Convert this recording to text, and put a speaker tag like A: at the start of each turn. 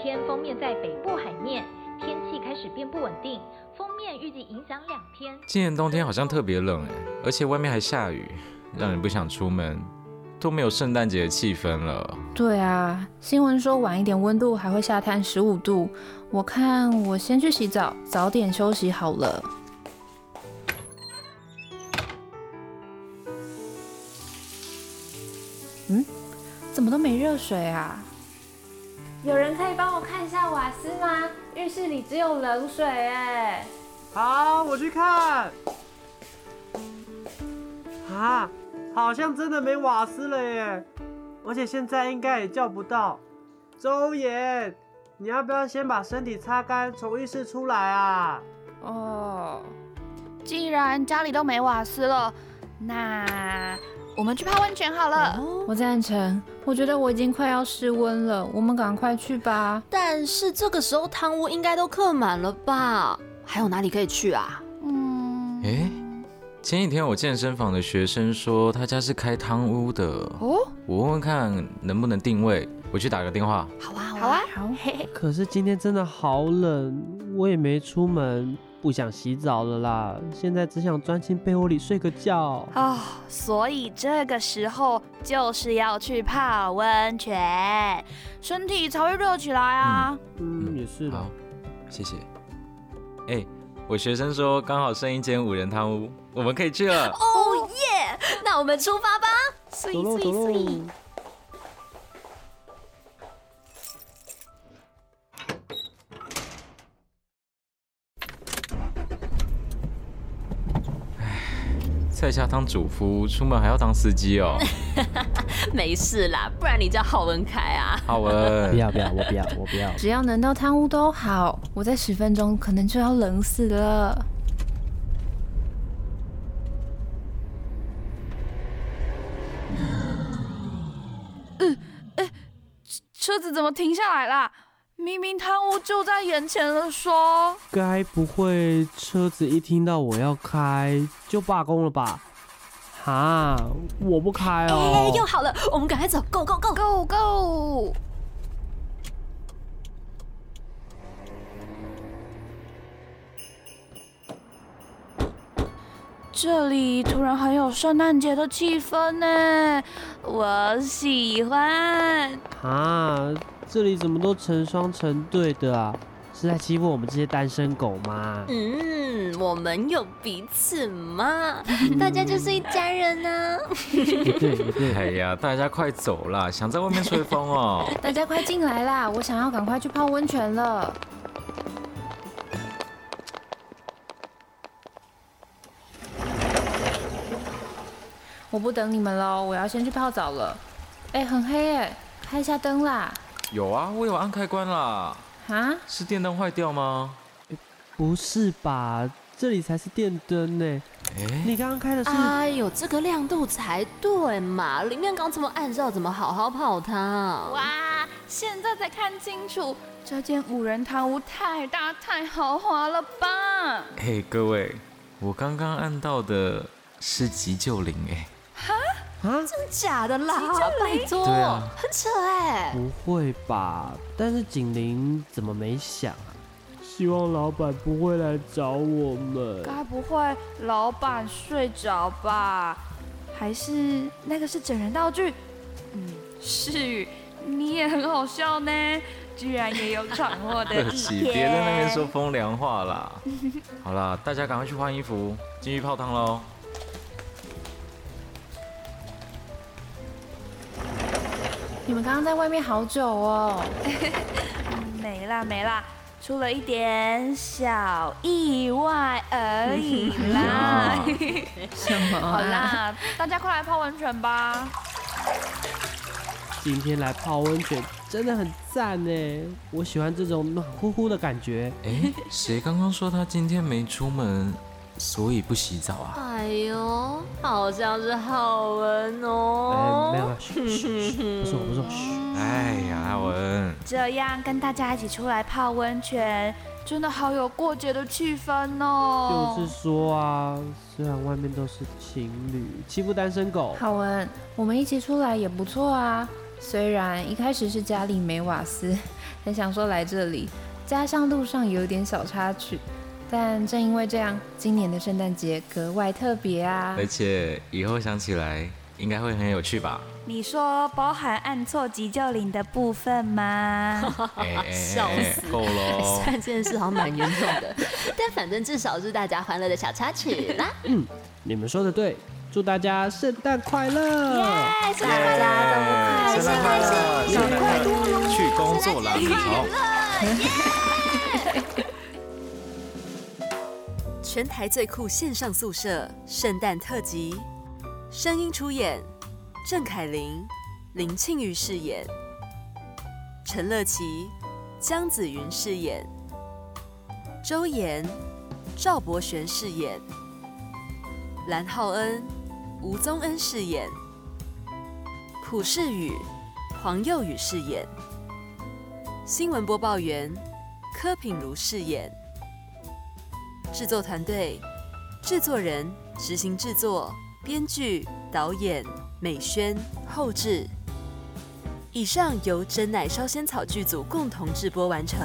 A: 天封面在北部海面，天气开始变不稳定，封面预计影响两天。
B: 今年冬天好像特别冷哎、而且外面还下雨，让人不想出门，都没有圣诞节的气氛了。
C: 对啊，新闻说晚一点温度还会下探十五度。我看我先去洗澡，早点休息好了。嗯，怎么都没热水啊？
D: 有人可以帮我看一下瓦斯吗？浴室里只有冷水哎。
E: 好，我去看。啊，好像真的没瓦斯了耶，而且现在应该也叫不到。周岩，你要不要先把身体擦干，从浴室出来啊？
C: 哦，
F: 既然家里都没瓦斯了，那我们去泡温泉好了。
G: 呃
C: 我赞成，我觉得我已经快要失温了，我们赶快去吧。
G: 但是这个时候汤屋应该都客满了吧？还有哪里可以去啊？
F: 嗯，
B: 哎、前几天我健身房的学生说他家是开汤屋的，
F: 哦，
B: 我问问看能不能定位，我去打个电话。
G: 好啊，
F: 好啊，
C: 好，
E: 可是今天真的好冷，我也没出门，不想洗澡了啦。现在只想钻进被窝里睡个觉。
F: 哦，所以这个时候就是要去泡温泉，身体才会热起来啊。
E: 嗯，也是啦
B: 好。，谢谢。哎、我学生说刚好剩一间五人汤屋，我们可以去了。
G: 哦耶！那我们出发吧。
A: 所
E: 走喽走喽。
B: 菜下当主夫，出门还要当司机哦。
G: 没事啦，不然你叫浩文凯啊。
B: 好了
E: 不，要不要，我不要我不要。
C: 只要能到汤屋都好，我在十分钟可能就要冷死了。
F: 呃车子怎么停下来啦？明明贪污就在眼前了说。
E: 该不会车子一听到我要开就罢工了吧？哈，我不开
G: 哎
E: 哦，。
G: 又好了，我们赶快走，Go Go Go！
F: Go Go！这里突然很有圣诞节的气氛呢，我喜欢。
E: 哈，这里怎么都成双成对的啊？是在欺负我们这些单身狗吗？
G: 嗯，我们有彼此嘛，大家就是一家人呐、啊。
E: 也对也对，
B: 哎呀，大家快走啦，想在外面吹风哦。
C: 大家快进来啦！我想要赶快去泡温泉了。我不等你们喽，我要先去泡澡了。哎、很黑哎，开一下灯啦！
B: 有啊，我有按开关啦。
C: 啊，
B: 是电灯坏掉吗？
E: 不是吧？这里才是电灯呢。
B: 哎、
E: 你刚刚开的是
H: 啊
G: 哎呦，这个亮度才对嘛，里面刚这么暗，是要怎么好好泡汤？
F: 哇，现在才看清楚，这间五人堂屋太大太豪华了吧？
B: 嘿，各位，我刚刚按到的是急救铃哎、
E: 啊？
G: 真假的啦，拜托，
B: 对啊
G: 很扯哎、
E: 不会吧？但是警铃怎么没响啊？希望老板不会来找我们
F: 该不会老板睡着吧？还是那个是整人道具？嗯，是，你也很好笑呢，居然也有闯祸的
B: 客
F: 一
B: 气，
F: 天。
B: 别在那边说风凉话啦。好啦，大家赶快去换衣服，进去泡汤喽。
C: 你们刚刚在外面好久哦。
F: 没啦没啦，出了一点小意外而已 啦。
B: 哦
C: 什么、啊
F: 好啦， 大家快来泡温泉吧。
E: 今天来泡温泉真的很赞呢，我喜欢这种暖乎乎的感觉。
B: 哎、谁刚刚说他今天没出门，所以不洗澡啊？
G: 哎呦，好像是浩文
E: 哎、
G: 哦。
E: 没有没有，嘘嘘嘘，不是我，不是我，嘘。
B: 哎呀，阿文，
F: 这样跟大家一起出来泡温泉，真的好有过节的气氛哦。
E: 就是说啊，虽然外面都是情侣，欺负单身狗，
C: 浩文，我们一起出来也不错啊。虽然一开始是家里没瓦斯， 很想说来这里，加上路上有点小插曲，但正因为这样，今年的圣诞节格外特别啊！
B: 而且以后想起来应该会很有趣吧？
F: 你说包含按错急救铃的部分 吗？
B: 哎哎哎
G: 笑
B: 哎
G: 死，
B: 够了哦
G: 虽然这件事好像蛮严重的，但反正至少是大家欢乐的小插 曲啦。
I: 你们说的对，祝大家圣诞快乐
G: 哎，圣诞快乐！
B: 圣诞快乐，圣诞快乐，去工作啦！好。
H: 全台最酷线上宿舍圣诞特辑，声音出演：郑凯琳、林庆瑜饰演，陈乐琪、江子云饰演，周岩、赵博璇饰演，蓝浩恩、吴宗恩饰演，朴世宇、黄佑宇饰演，新闻播报员柯品如饰演。制作团队：制作人、执行制作、编剧、导演、美宣、后制。以上由真乃烧仙草剧组共同制播完成。